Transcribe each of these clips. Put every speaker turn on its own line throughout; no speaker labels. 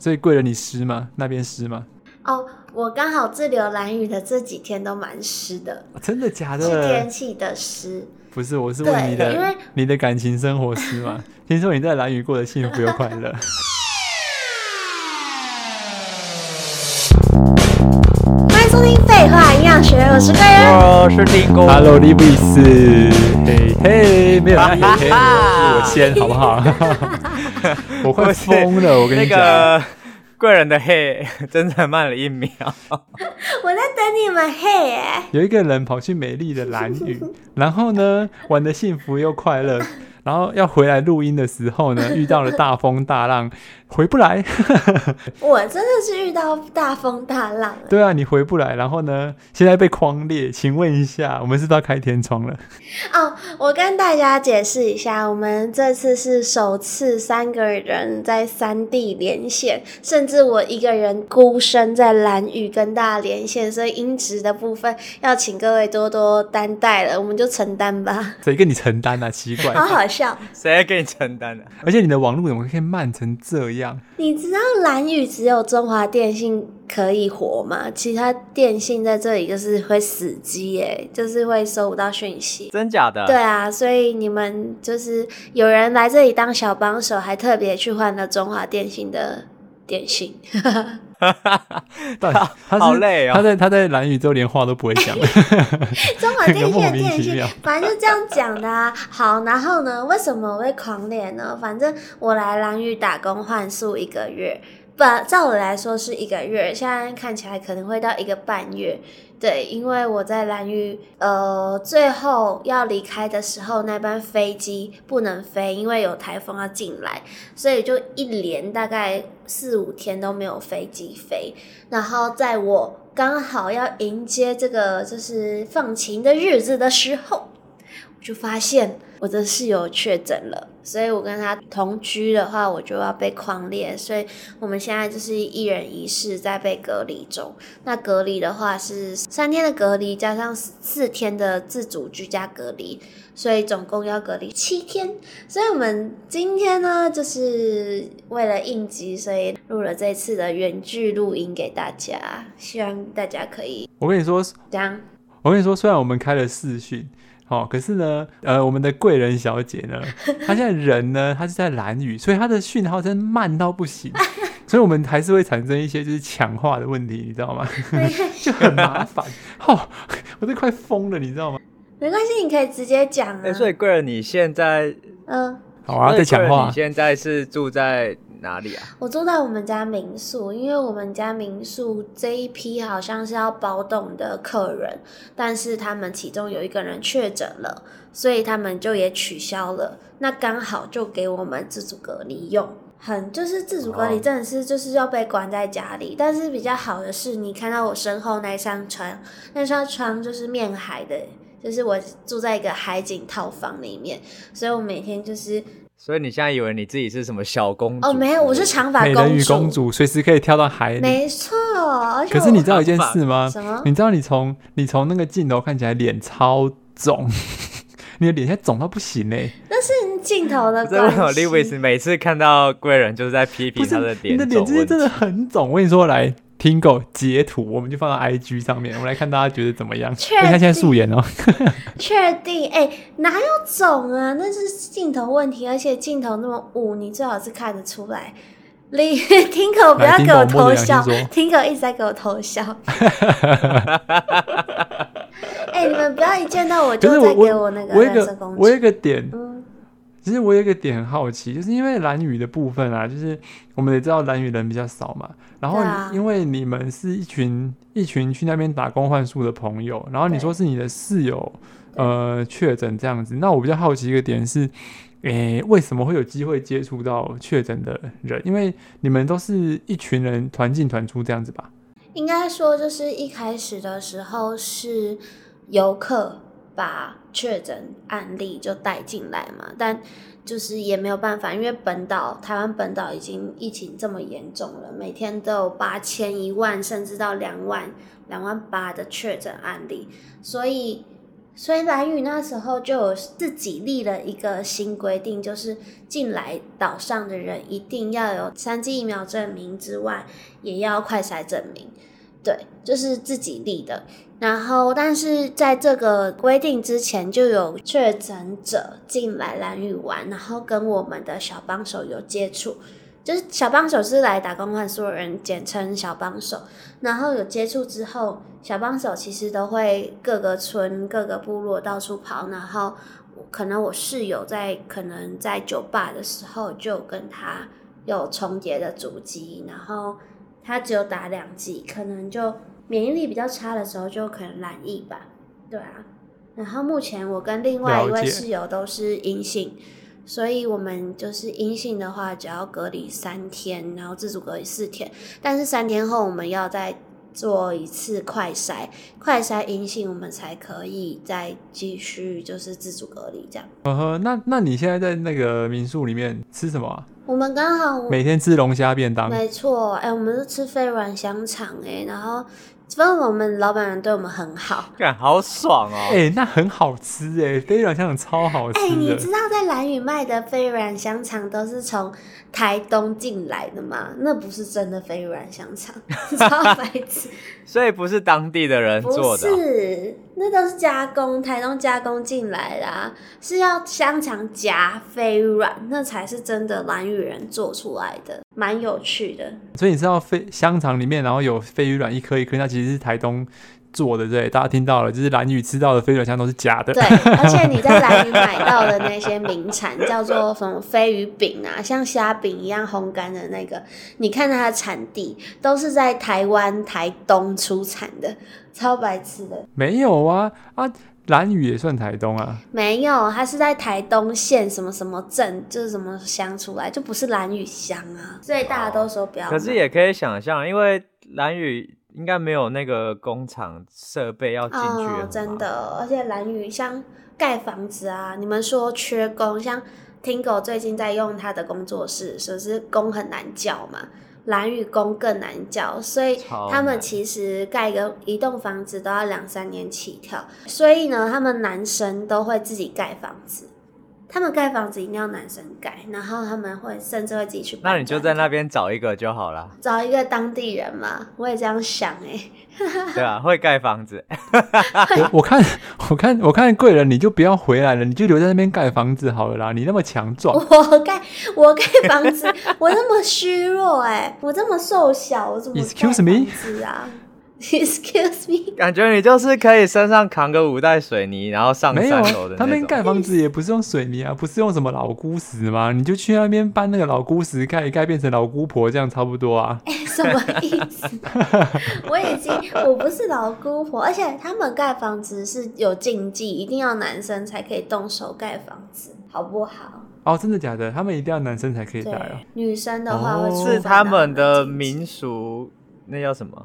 所以贵人你湿吗？那边湿吗？
哦，我刚好滞留兰屿的这几天都蛮湿的，
啊真的假
是天
的？
气的湿。
不是，我是问你
对因为
的，你的感情生活是吗？听说你在蓝屿过得幸福又快 乐。
欢迎收听《废话营养学》，我是贵人。
我哦是丁工。
Hello，李布里斯，嘿嘿，没有人要嘿嘿，
哈
我是我先，好不 好？我快疯了，我跟
那
你讲，
个贵人的嘿， 真的慢了一秒。
我在等你们嘿耶、
有一个人跑去美丽的蓝屿， 然后呢，玩的幸福又快乐，然后要回来录音的时候呢，遇到了大风大浪，回不来。
我真的是遇到大风大浪了。
对啊，你回不来，然后呢，现在被框裂，请问一下，我们是不是要开天窗了？
哦，我跟大家解释一下，我们这次是首次三个人在三地连线，甚至我一个人孤身在蓝屿跟大家连线，所以音质的部分要请各位多多担待了，我们就承 担吧。
谁跟你承担啊？奇怪，
好好笑，
谁来给你承担的、
而且你的网络怎么可以慢成这样？
你知道蓝屿只有中华电信可以活吗？其他电信在这里就是会死机耶、就是会收不到讯息。
真假的？
对， 啊，所以你们就是有人来这里当小帮手，还特别去换了中华电信的电信。
到底他是
好累哦
他在他在蓝宇之后连话都不会讲，
中华电信
莫
的
名
电
其
信
妙，
反正就这样讲的啊。好，然后呢，为什么我会狂脸呢？反正我来蓝屿打工换宿一个月，不，照我来说是一个月，现在看起来可能会到一个半月。对，因为我在蓝屿，呃，最后要离开的时候，那班飞机不能飞，因为有台风要进来，所以就一连大概四五天都没有飞机飞。然后在我刚好要迎接这个就是放晴的日子的时候，我就发现我的室友确诊了，所以我跟他同居的话，我就要被框列，所以我们现在就是一人一室在被隔离中。那隔离的话是三天的隔离加上四天的自主居家隔离，所以总共要隔离七天。所以我们今天呢，就是为了应急，所以录了这次的远距录音给大家，希望大家可以
我跟你说，
这样。
我跟你说，虽然我们开了视讯，好、可是呢，呃，我们的贵人小姐 呢，她现在人呢，她是在蓝雨，所以她的讯号真的慢到不行，所以我们还是会产生一些就是抢话的问题，你知道吗？ 就很麻烦，哦，我都快疯了，你知道吗？
没关系，你可以直接讲啊。
哎、所以贵人你现在，
嗯，
好啊，在
所以
抢
贵人
话
你，现在是住在哪里啊？
我住在我们家民宿，因为我们家民宿这一批好像是要包栋的客人，但是他们其中有一个人确诊了，所以他们就也取消了。那刚好就给我们自主隔离用，很就是自主隔离
哦
真的是就是要被关在家里。但是比较好的是，你看到我身后那扇窗，那扇窗就是面海的。就是我住在一个海景套房里面，所以我每天就是
所以你现在以为你自己是什么小公主？
哦，没有，我是 长发
美人鱼公主随时可以跳到海里。
没错，而且
可是你知道
我
一件事吗？
什么？
你知道你从你从那个镜头看起来脸超肿， 你的脸现在肿到不行嘞、欸
那是镜头的
这为
关
什么
系。
Lewis 每次看到贵人就是在批
不
评
是
他的
你
脸
的
肿
脸真
问
的
题？
真的很肿。我跟你说，来听狗截图，我们就放到 IG 上面，我们来看大家觉得怎么样。
确
因为他现在素颜哦，
确定？哎、哪有肿啊？那是镜头问题，而且镜头那么雾，你最好是看得出来。你 听口不要
来
给我
听狗摸
偷
着
笑
良心说，
听口一直在给我 偷笑。哎、你们不要一见到我就
可是
在
我
给
我
那
我
个
有一
人身
个
攻
我有一
击。
个点，
嗯，
其实我有一个点很好奇，就是因为蓝雨的部分啊，就是我们也知道蓝雨人比较少嘛，然后
对啊
因为你们是一群一群去那边打工换宿的朋友，然后你
对
说是你的室友呃确诊这样子，那我比较好奇一个点是。诶，为什么会有机会接触到确诊的人？因为你们都是一群人团进团出这样子吧？
应该说就是一开始的时候是游客把确诊案例就带进来嘛，但就是也没有办法，因为本岛台湾本岛已经疫情这么严重了，每天都有八千、一万，甚至到两万、两万八的确诊案例，所以所以蓝宇那时候就有自己立了一个新规定，就是进来岛上的人一定要有三剂疫苗证明之外，也要快筛证明。对，就是自己立的。然后，但是在这个规定之前，就有确诊者进来蓝屿玩，然后跟我们的小帮手有接触。就是小帮手是来打工换宿的人，简称小帮手。然后有接触之后，小帮手其实都会各个村、各个部落到处跑。然后可能我室友在可能在酒吧的时候，就跟他有重叠的足迹。然后他只有打两剂，可能就免疫力比较差的时候，就可能染疫吧。对啊。然后目前我跟另外一
了
位
解
室友都是阴性。所以我们就是阴性的话，只要隔离三天，然后自主隔离四天。但是三天后我们要再做一次快筛，快筛阴性，我们才可以再继续就是自主隔离这样。
呃呵，那那你现在在那个民宿里面吃什么啊、
我们刚好
每天吃龙虾便当，
没错，哎、我们是吃飞软香肠哎、然后反正我们老板娘对我们很 好。
感好爽哦！
哎、那很好吃哎、飞软香肠超好吃
哎、你
的。
知道在兰屿卖的飞软香肠都是从台东进来的吗？那不是真的飞软香肠， 超白痴。
所以不是当地的人
不
做的哦，
是，那都是加工，台东加工进来的、啊，是要香肠夹飞软，那才是真的蓝屿人做出来的，蛮有趣 的。
所以你知道飞香肠里面，然后有飞鱼卵一颗一颗，那其实是台东做的，对，大家听到了，就是蓝宇吃到的飞软香都是假的
对。，而且你在蓝屿买到的那些名产，叫做什么飞鱼饼啊， 像虾饼一样烘干的那个，你看它的产地都是在台湾台东出产的，超白痴的。
没有啊啊，蓝宇也算台东啊。
没有，它是在台东县什么什么镇，就是什么乡出来，就不是兰屿乡啊，所以大家都说不要买。
可是也可以想象，因为蓝宇应该没有那个工厂设备要进去、
哦，真。的，而且兰屿像盖房子啊，你们说缺工，像听狗最近在用他的工作室，所以是工很难叫嘛，兰屿工更难叫，所以
超
他们
难
其实盖一个一栋房子都要两三年起跳，所以呢，他们男生都会自己盖房子。他们盖房子一定要男生盖，然后他们会甚至会自己去搬
那
砖头。，
你就在那边找一个就好了
找一个当地人嘛，我也这样想哎、
对啊，会盖房子，
啊
我我看我看我看贵人，你就不要回来了，你就留在那边盖房子好了啦。你那么强壮，
我盖我盖房 子，我这么虚弱哎、我这么瘦小，我怎么
Excuse
盖
me？
房子啊？Excuse me？
感觉你就是可以身上扛个五袋水泥，然后上
没有
三
啊
楼的那种。？
他们盖房子也不是用水泥啊，不是用什么老姑石吗？你就去那边搬那个老姑石盖一盖，变成老姑婆，这样差不多啊。
哎、什么意 思？我已经我不是老姑婆，而且他们盖房子是有禁忌，一定要男生才可以动手盖房子，好不好？
哦，真的假的？他们一定要男生才可以盖
对
啊。，
女生的话
哦
会触
是
犯
他
到
们的
禁忌
民俗，那叫什么？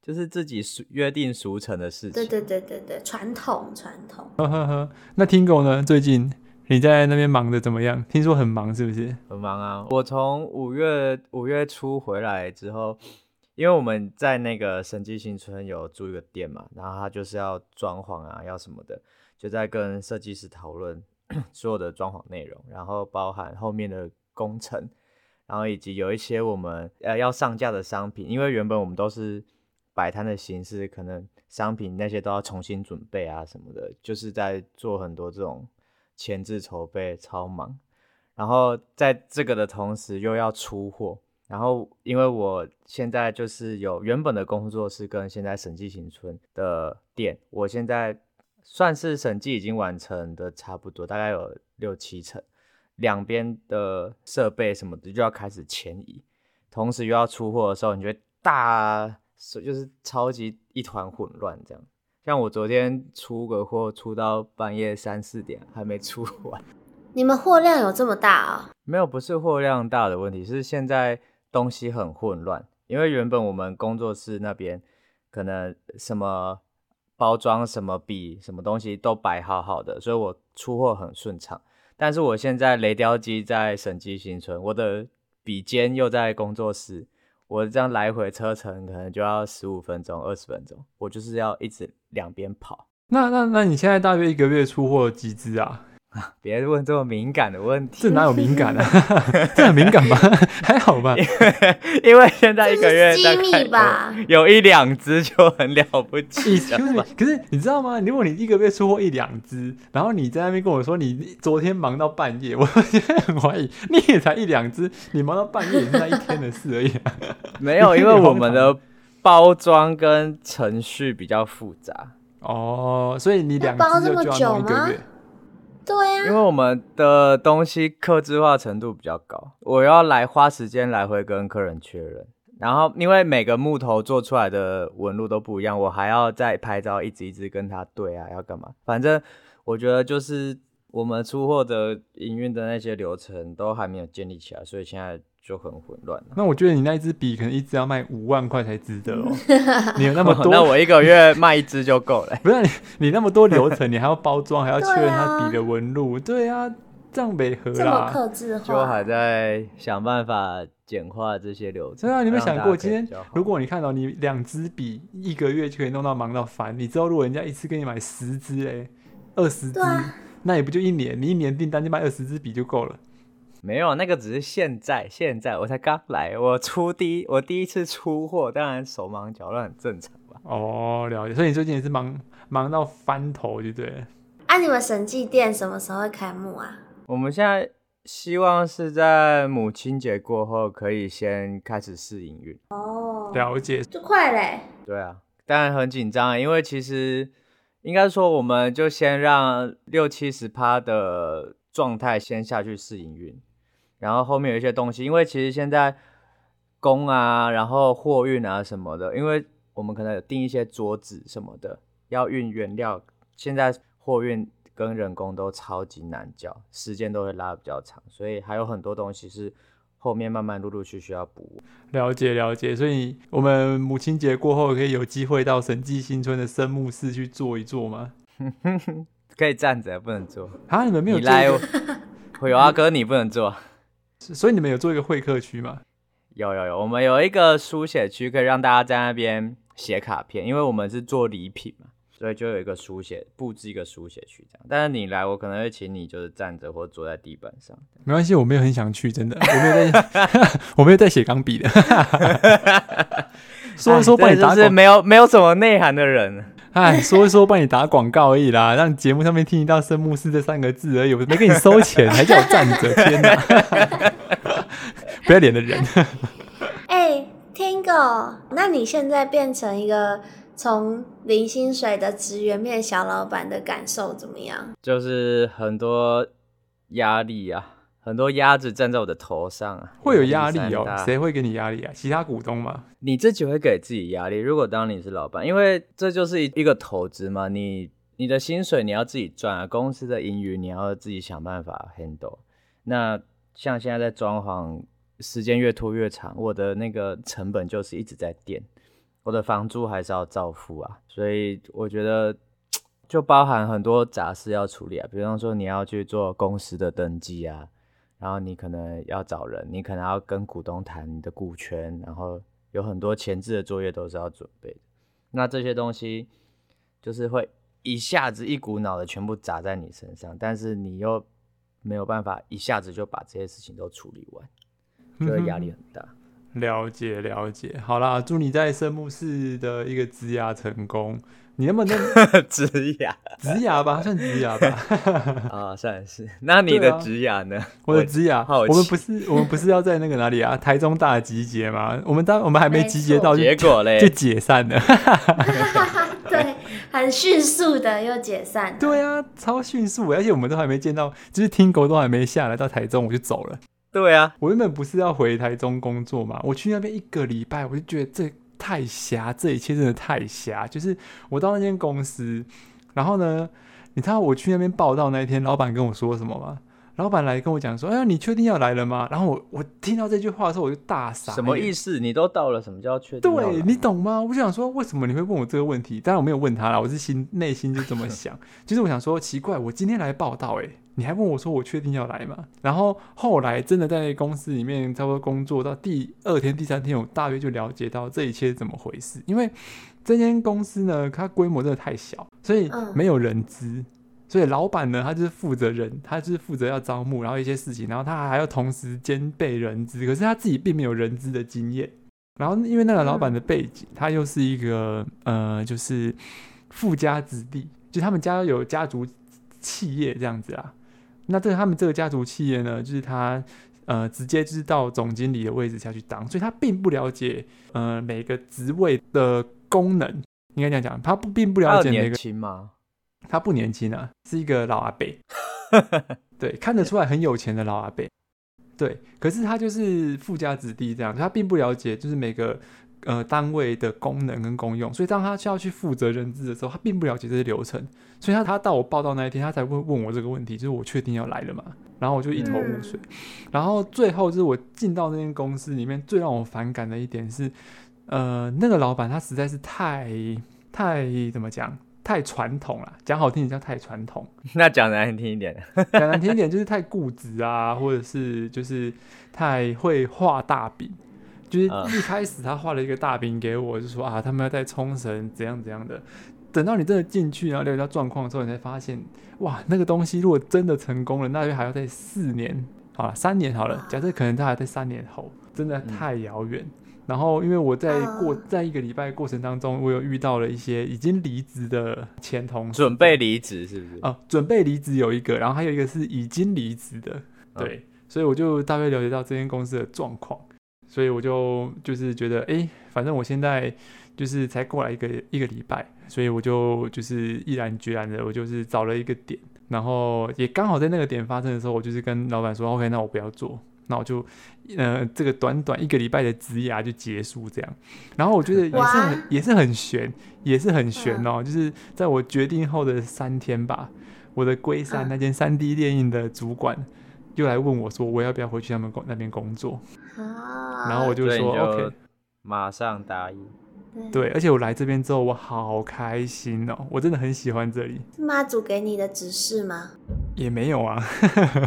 就是自己俗约定俗成的事情。
对对对对对，传统传统。
呵呵呵。那听狗呢？最近你在那边忙的怎么样？听说很忙是不是？
很忙啊！我从五月五月初回来之后，因为我们在那个神迹新村有租一个店嘛，然后他就是要装潢啊，要什么的，就在跟设计师讨论 所有的装潢内容，然后包含后面的工程，然后以及有一些我们呃要上架的商品，因为原本我们都是摆摊的形式，可能商品那些都要重新准备啊什么的，就是在做很多这种前置筹备，超忙。然后在这个的同时又要出货，然后因为我现在就是有原本的工作室跟现在审计行村的店，我现在算是审计已经完成的差不多，大概有六七成，两边的设备什么的就要开始迁移，同时又要出货的时候，你就会大就是超级一团混乱这样。像我昨天出个货，出到半夜三四点还没出完。
你们货量有这么大啊、
没有，不是货量大的问题，是现在东西很混乱。因为原本我们工作室那边可能什么包装、什么笔、什么东西都摆好好的，所以我出货很顺畅。但是我现在雷雕机在审计新村，我的笔尖又在工作室，我这样来回车程可能就要十五分钟、二十分钟，我就是要一直两边跑。
那那那你现在大约一个月出货几只啊？
别问这么敏感的问题，
这哪有敏感 啊？这很敏感吧？还好吧？
因为现在一
这
个月
是机
大
密
概有呃
吧
有一两只就很了不起
啊
Excuse
了
me，
吧。
可是你知道吗？如果你一个月出货一两只，然后你在那边跟我说你昨天忙到半夜，我现在很怀疑，你也才一两只，你忙到半夜也是那一天的事而已、啊。
没有，因为我们的包装跟程序比较复杂，
哦，所以你两
包
只就
这么
就要弄一
久
个
吗
月。
对啊呀、
因为我们的东西客制化程度比较高，我要来花时间来回跟客人确认。然后，因为每个木头做出来的纹路都不一样，我还要再拍照，一直一直跟他对啊，要干嘛？反正我觉得就是我们出货的营运的那些流程都还没有建立起来，所以现在就很混乱啊了。
那我觉得你那一支笔可能一支要卖五万块才值得 哦。你有那么多，
那我一个月卖一支就够了。
不是你你那么多流程，你还要包装，还要确认它
对啊
笔的纹路， 对啊，这样没合
这么
啦。
克制
啊就还
化，
在想办法简化这些流程。
对啊，你有没有
让
想
大家
过，
可以
今天
比较好
如果你看到你两支笔一个月就可以弄到忙到烦，你之后如果人家一次给你买十支嘞，二十支
对啊，
那也不就一年，你一年订单就卖二十支笔就够了。
没有啊那个，只是现在，现在我才刚来，我出第一，我第一次出货，当然手忙脚乱很正常吧。
哦，了解。所以你最近也是忙忙到翻头，就对了。
啊，你们审计店什么时候会开幕啊？
我们现在希望是在母亲节过后可以先开始试营运。
哦，
了解。
就快嘞、
对啊，当然很紧张啊，因为其实应该说，我们就先让六七十趴的状态先下去试营运，然后后面有一些东西，因为其实现在工啊，然后货运啊什么的，因为我们可能有订一些桌子什么的，要运原料，现在货运跟人工都超级难叫，时间都会拉得比较长，所以还有很多东西是后面慢慢陆陆续续要补
了解了解，所以我们母亲节过后可以有机会到神迹新村的生木寺去坐一坐吗？
可以站着，不能坐。
啊，你们没有
你
做一
来
个，嗯
哦，有啊哥，你不能做。
所以你们有做一个会客区吗？
有有有，我们有一个书写区，可以让大家在那边写卡片，因为我们是做礼品嘛，所以就有一个书写布置一个书写区这样。但是你来，我可能会请你就是站着或坐在地板上。
没关系，我没有很想去，真的，我没有在， 我没有在写钢笔的。说一说帮
哎
你打
真的是
广，
没有没有什么内涵的人，
哎，说一说帮你打广告而已啦，让节目上面听到“生木寺”这三个字而已，我没给你收钱，还叫我站着，天 哪！不要脸的人，
哎、t a n g o 那你现在变成一个从零薪水的职员变小老板的感受怎么 样？
就是很多压力啊，很多鸭子站在我的头上啊，
会有压力
有
哦。谁会给你压力啊？其他股东吗？
你自己会给自己压力。如果当你是老板，因为这就是一一个投资嘛，你你的薪水你要自己赚啊，公司的盈余你要自己想办法 handle。那像现在在装潢，时间越拖越长，我的那个成本就是一直在垫，我的房租还是要照付啊，所以我觉得。就包含很多杂事要处理啊，比方说你要去做公司的登记啊，然后你可能要找人，你可能要跟股东谈你的股权，然后有很多前置的作业都是要准备的。那这些东西就是会一下子一股脑的全部砸在你身上，但是你又没有办法一下子就把这些事情都处理完，就会压力很大。
了解了解，好啦，祝你在生木市的一个植牙成功。你能不 能
职涯
植牙吧？算植牙 吧。
啊，算是。那你的
对啊
职涯呢？
我的植牙，
好
我
奇
们不是我们不是要在那个哪里啊？台中大集结吗？我们当我们还没
没
集结
错
到就
结果嘞
就？解散了。
对，很迅速的又解散。
对啊，超迅速，而且我们都还没见到，就是听狗都还没下来到台中，我就走了。
对啊，
我原本不是要回台中工作嘛，我去那边一个礼拜，我就觉得这太瞎，这一切真的太瞎。就是我到那间公司，然后呢，你知道我去那边报道那一天，老板跟我说什么吗？老板来跟我讲说：“哎呀，你确定要来了吗？”然后我我听到这句话的时候，我就大傻眼。
什么意思？你都到了，什么叫确定要来？
对你懂吗？我就想说，为什么你会问我这个问题？当然我没有问他啦，我是心内心就这么 想。就是我想说，奇怪，我今天来报道、欸，你还问我说我确定要来吗？然后后来真的在公司里面差不多工作到第二天、第三天，我大约就了解到这一切是怎么回事。因为这间公司呢，它规模真的太小，所以所以
嗯
没有人资，所以老板呢，他就是负责人，他就是负责要招募，然后一些事情，然后他还要同时兼备人资，可是他自己并没有人资的经验。然后因为那个老板的背景，他又是一个呃，就是富家子弟，就他们家有家族企业这样子啦。那这个他们这个家族企业呢，就是他呃直接就是到总经理的位置下去当，所以他并不了解呃每个职位的功能，应该这样讲，他不并不
他
了
有
解每
年
个
轻吗？
他不年轻啊，是一个老阿伯，对，看得出来很有钱的老阿伯，对，可是他就是富家子弟这样，他并不了解就是每个呃单位的功能跟功用，所以当他需要去负责人资的时候，他并不了解这些流程，所以他他到我报道那一天，他才会问我这个问题，就是我确定要来了嘛，然后我就一头雾水， 然后最后就是我进到那间公司里面最让我反感的一点是，呃，那个老板他实在是太太怎么讲？太传统了，讲好听点叫太传统，
那讲难听一点，
讲难听一点就是太固执啊，或者是就是太会画大饼。就是
嗯
一开始他画了一个大饼给我，就说啊，他们要在冲绳怎样怎样的。等到你真的进去，然后了解到状况的时候，你才发现，哇，那个东西如果真的成功了，那就还要在四年，好了，三年好了
哇。
假设可能他还在三年后，真的
嗯
太遥远。然后，因为我在过
嗯
在一个礼拜过程当中，我有遇到了一些已经离职的前同事，
准备离职是不是？
啊，准备离职有一个，然后还有一个是已经离职的，
嗯
对，所以我就大概了解到这间公司的状况，所以我就就是觉得，哎、反正我现在就是才过来一个一个礼拜，所以我就就是毅然决然的，我就是找了一个点，然后也刚好在那个点发生的时候，我就是跟老板说，OK，那我不要做。那我就，呃，这个短短一个礼拜的职涯就结束这样，然后我觉得也是很
哇
也是很悬，也是很悬哦。就是在我决定后的三天吧，我的龟山
嗯
那间三 D 电影的主管又来问我说，我要不要回去他们工那边工作？
啊，
然后我就
所以
说
你
OK，
马上答 应。
对，而且我来这边之后，我好开心哦，我真的很喜欢这里。
是妈祖给你的指示吗？
也没有啊，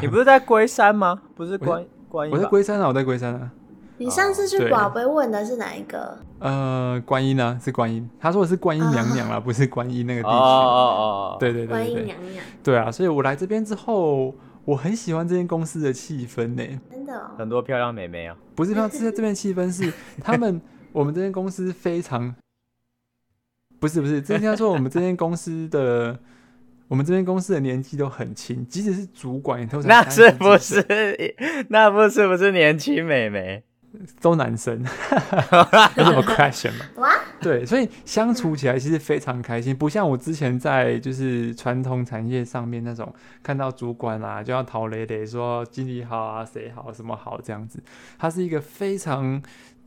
你不是在龟山吗？不
在
是观观音
我在
吧？
龟山啊，我在龟山啊。
你上次去
对
宝贝问的是哪一个？
呃，观音啊，是观音，他说的是观音娘娘啦，不是观音那个地
哦
区。
哦哦哦，
对对对
观
对
音
对，
娘娘，
对啊，所以我来这边之后，我很喜欢这间公司的气氛呢、
真的哦，
嗯
很多漂亮妹妹啊，
不是，他这这边气氛是他们，我们这间公司非常，不是不是，这应该说我们这间公司的，我们这间公司的年纪都很轻，即使是主管也都才
那是
30
不
几岁
是？那不是不是年轻妹妹？
都男生？有什么 question 吗？
哇，
对，所以相处起来其实非常开心，不像我之前在就是传统产业上面那种看到主管啊就要逃雷雷说经理好啊谁好什么好这样子，它是一个非常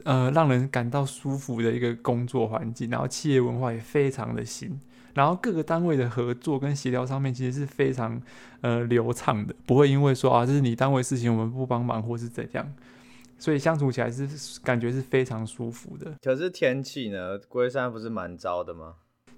呃让人感到舒服的一个工作环境，然后企业文化也非常的新，然后各个单位的合作跟协调上面其实是非常呃流畅的，不会因为说啊这是你单位事情我们不帮忙或是怎样。所以相处起来是感觉是非常舒服的，
可是天气呢？龟山不是蛮糟的吗？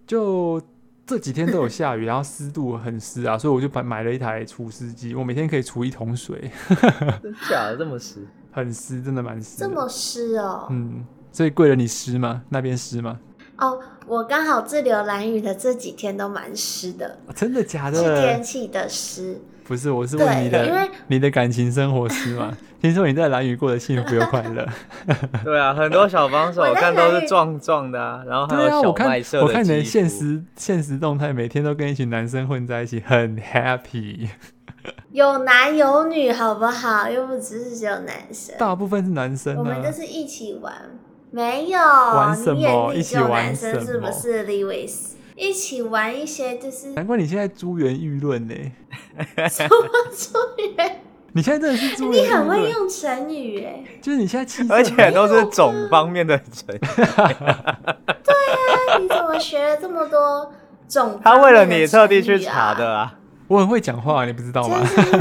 就这几天都有下雨，然后湿度很湿啊，所以我就买买了一台除湿机，我每天可以除一桶水，
真假的这么湿？
很湿，真的蛮湿
这
的。
么湿哦。
嗯，所以贵人你湿吗？那边湿吗、
哦，我刚好滞留蓝雨的这几天都蛮湿的，
啊真的假
是天
的？
气的湿。
不是，我是问你
对，因
的，
为
你的感情生活湿 吗？听说你在蓝屿过得幸福又快乐。
对啊，很多小帮手
我
我
在
看都
哪
是
里
壮壮的啊，然后还
对
有
啊，
小
我看
麦色
我
的
看你的
肌肤
现实现实动态，每天都跟一群男生混在一起，很 happy。
有男有女，好不好？又不只是只有男生，
大部分是男生
我们
啊
就，是一起玩。没有，
什
你眼
么
里
一
只
起
有
玩
男生
什
是不
么
是，Lewis？一起玩一些就是
难怪你现在珠圆玉润呢。
什么出人，
你现在真的是珠圆
你
玉
很
润。
会用成语哎。
就是你现在气色，
而且都是总方面 的人，
那你怎么学了这么多种？
他为了你特地去查的。啊。
我很会讲话，你不知道吗
真？是，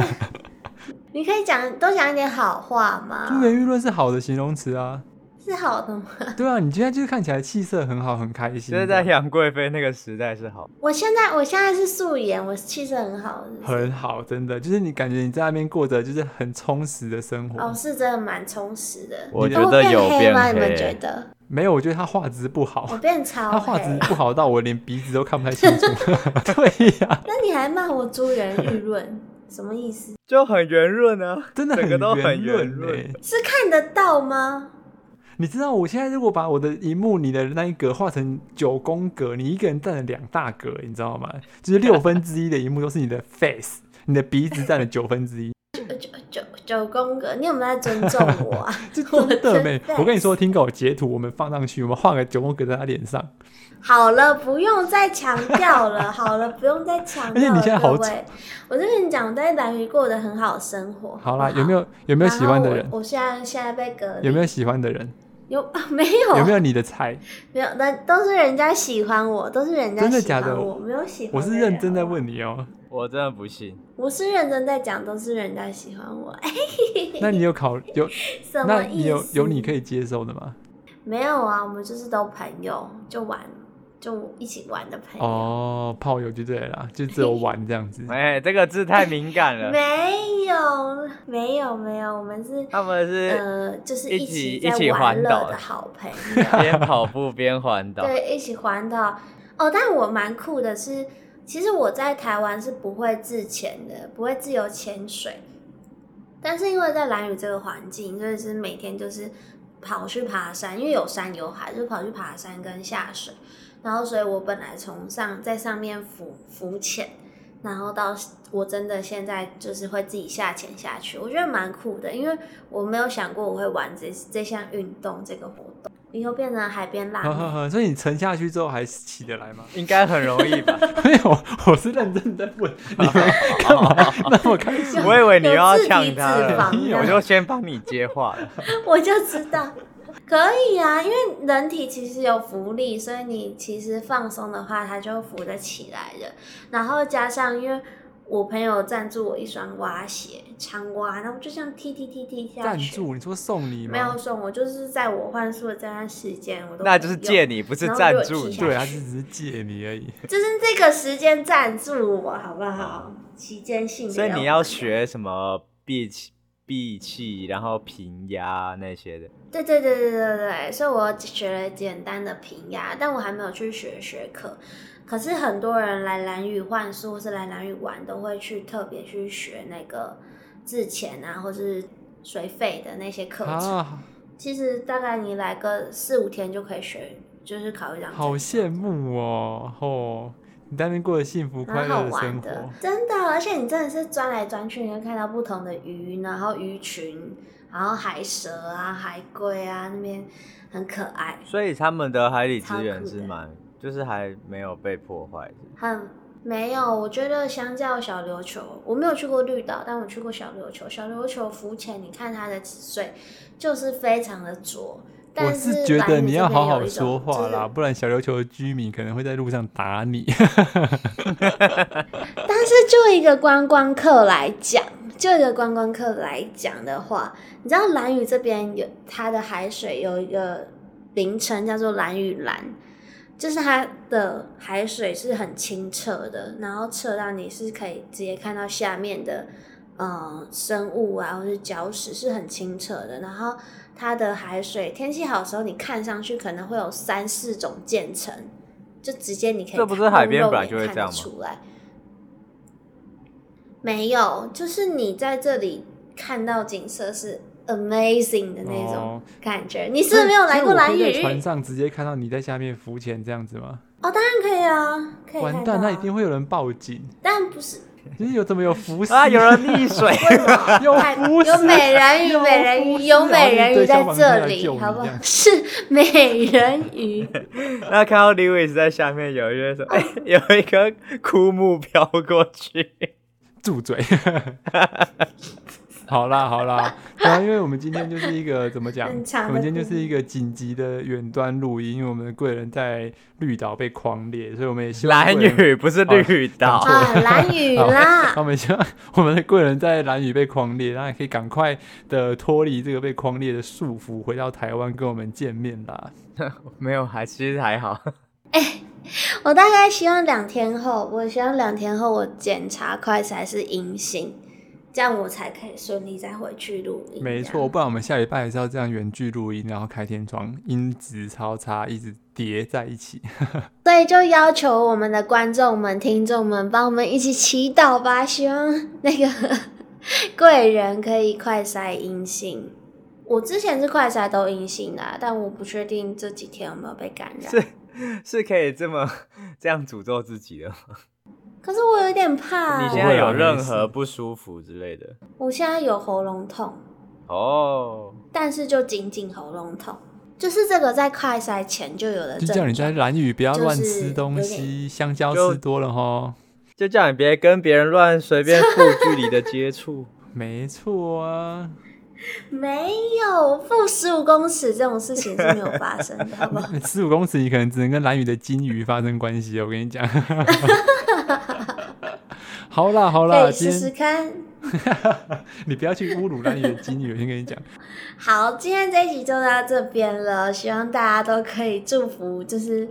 你可以讲多讲一点好话吗？
珠圆玉润是好的形容词啊，
是好的吗？
对啊，你现在就是看起来气色很好，很开心
就是
的，
在杨贵妃那个时代是好，
我现在我现在是素颜，我气色很好。是不是
很好，真的，就是你感觉你在那边过着就是很充实的生活，
哦哦，是真的蛮充实的。
我
你
觉
的
都
得有
黑
变
吗？你们觉
黑。
得？
没有，我觉得他画质不好
我，变超
他画质
黑。
不好到我连鼻子都看不太清 楚。对呀、
那你还骂我珠圆玉 润，什么意思？
就很圆润啊，
真的很
整个都很
圆
润、
欸
是看得到吗？
你知道我现在如果把我的荧幕你的那一格画成九宫格，你一个人占了两大格，你知道吗？就是六分之一的荧幕都是你的 face，你的鼻子占了九分之一，
九九九宫格，你有没有在尊重我啊？
这真的没
没。
我跟你说，听狗截图，我们放上去，我们画个九宫格在他脸上。
好了，不用再强调了。好了，不用再强调了。
而且你现在好
各位，我就跟你讲，我在兰屿过得很好的生活。
好啦，
不
有没有有没有喜欢的人
然后？我我现在现在被隔离。
有没有喜欢的人？
有 啊？没有
有没有你的菜？
没有，那都是人家喜欢我，都是人家
真的
喜欢
假的
我没有喜欢。
我是认真在，问你 哦、
我真的不信，
我是认真在讲，都是人家喜欢我。哎，
那你有考有？
什么
那你
意思？
有有你可
以
以接受的吗？
没有啊？我们就是都朋友，就玩，就一起玩的朋友。
哦，炮友就对了啦，就只有玩这样子。
哎、这个字太敏感 了。
没有，没有，没有，我们是
他们是
呃，就是
一起
起
一起
在
环
玩乐
岛
的
的
好朋友，
边跑步边环岛，
嗯对，一起环岛。哦，但我蛮酷的是，其实我在台湾是不会自潜的，不会自由潜水，但是因为在兰屿这个环境，所以是每天就是跑去爬山，因为有山有海，就跑去爬山跟下水。然后，所以我本来从上在上面浮浮潜，然后到我真的现在就是会自己下潜下去，我觉得蛮酷的，因为我没有想过我会玩这这项运动这个活动，以后变成海边辣
呵呵
妹。
呵，所以你沉下去之后还起得来吗？
应该很容 易吧？
没有，我是认真在问你们干嘛 那么开心？
哦我以为你又
有
要
自体
呛他
脂
了
肪这，样
我就先帮你接 话了。
我就知道，可以啊，因为人体其实有浮力，所以你其实放松的话，它就浮得起来了。然后加上，因为我朋友赞助我一双蛙鞋，长蛙，然后就像踢踢踢踢下
赞
去。
助？你说送你吗？
没有送我，就是在我换宿的这段时间，我都
那就是借
你，
你，不是
然后
赞
如果踢
助你啊
下。
对，他是只是借你而已。
就是这个时间赞助我，好不好？期间性的，
所以你要，学什么闭气、闭气，然后平压那些的。
对对对对对对，所以我学了简单的平压，但我还没有去学学课。可是很多人来蓝屿换宿或是来蓝屿玩，都会去特别去学那个自潜啊，或是水肺的那些课程。
啊，
其实大概你来个四五天就可以学，就是考一张证
好羡慕哦！哦，你在那边过着幸福快
蛮好
乐生
玩
活
的，，真的，而且你真的是钻来钻去，你会看到不同的鱼，然后鱼群，然后海蛇啊、海龟啊，那边很可爱，
所以他们的海底资
超
源
酷
是
的
蛮，就是还没有被破坏的。
很没有。我觉得相较小琉球，我没有去过绿岛，但我去过小琉球。小琉球浮潜，你看它的水就是非常的浊，
我
但
是觉得
蓝屿
你
这
要
边
好好
有一
说
种
话啦，
就是
不然小琉球的居民可能会在路上打你。
但是就一个观光客来讲，就一个观光客来讲的话，你知道蓝屿这边有它的海水有一个名称叫做蓝屿蓝，就是它的海水是很清澈的，然后澈到你是可以直接看到下面的呃生物啊，或是礁石是很清澈的。然后它的海水天气好的时候，你看上去可能会有三四种渐层，就直接你可以
这不是
看
海边
用肉
本来
眼
就会
看
这
得
样吗
出来。没有，就是你在这里看到景色是 amazing 的 那种
哦
感觉。你是不是没有来
所以我
过
可
蓝
以在
屿？
船上直接看到你在下面浮潜这样子吗？
哦，当然可以啊，可以
完
看到
蛋，
啊
那一定会有人报警。
但不是
就是有怎么有浮尸
啊，有人溺 水，
有
啊看
浮尸
有 美人鱼，
有
美人
浮
鱼，
尸
有美人鱼在这
然后就对消防队来
里
救，你
好不
这
好
样？
是美人 鱼，
那看到 Lewis 在下面有一个说，哎、有一颗枯木飘过去。
住嘴！ 好啦好啦，对啊，因为我们今天就是一个怎么讲？
很长的
我们今天就是一个紧急的远端录音，因为我们的贵人在绿岛被狂猎，所以我们也希望
蓝
贵人。
屿不哦是绿岛，
啊，蓝 雨啦
他，们希望我们的贵人在蓝屿被狂猎，那也可以赶快的脱离这个被狂猎的束缚，回到台湾跟我们见面啦。
没有，还其实还好。
我大概希望两天后，我希望两天后我检查快筛是阴性，这样我才可以顺利再回去录音。
没
这
错，
样，
不然我们下礼拜还是要这样远距录音，然后开天窗，音质超差，一直叠在一起。
所以就要求我们的观众们、听众们帮我们一起祈祷吧，希望那个 贵人可以快筛阴性。我之前是快筛都阴性的啊，但我不确定这几天有没有被感染。
是是可以这么这样诅咒自己的吗。
可是我有点怕
你
欸，
现在有
不会啊没
任
事
何不舒服之类的？
我现在有喉咙痛，
哦，
但是就仅仅喉咙痛，就是这个在快筛前就有的
就
症
叫你在
状。
蓝雨不要
呃就
乱
是
吃东
有
西，香蕉
就
吃多了吼。
就叫你别跟别人乱随便负距离的接触。
没错啊，
没有负十五公尺这种事情是没有发生的，好不好？
十五公尺你可能只能跟蓝雨的金鱼发生关系哦，我跟你讲。 好啦 好
可
啦，
以
今
试试
天
看。
你不要去侮辱蓝雨的金鱼，我先跟你讲。
好，今天这一集就到这边了，希望大家都可以祝福，就是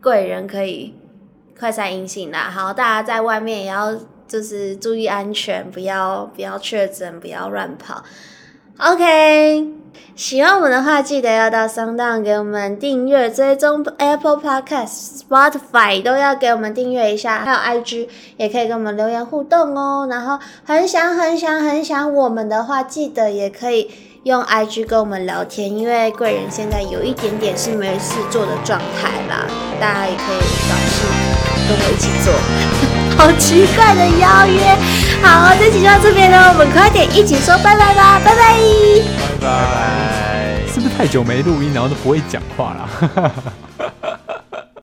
贵人可以快筛阴性啦。好，大家在外面也要就是注意安全，不要不要确诊，不要乱跑。OK，喜欢我们的话，记得要到 s o u n d o w n 给我们订阅、追踪 Apple Podcast、Spotify 都要给我们订阅一下，还有 IG 也可以给我们留言互动哦。然后很想很想很想我们的话，记得也可以用 IG 跟我们聊天，因为贵人现在有一点点是没事做的状态啦，大家也可以找事跟我一起做。 好奇怪的邀约，好，这集就到这边了，我们快点一起说拜拜吧，拜拜。
拜拜。
是不是太久没录音，然后都不会讲话啦？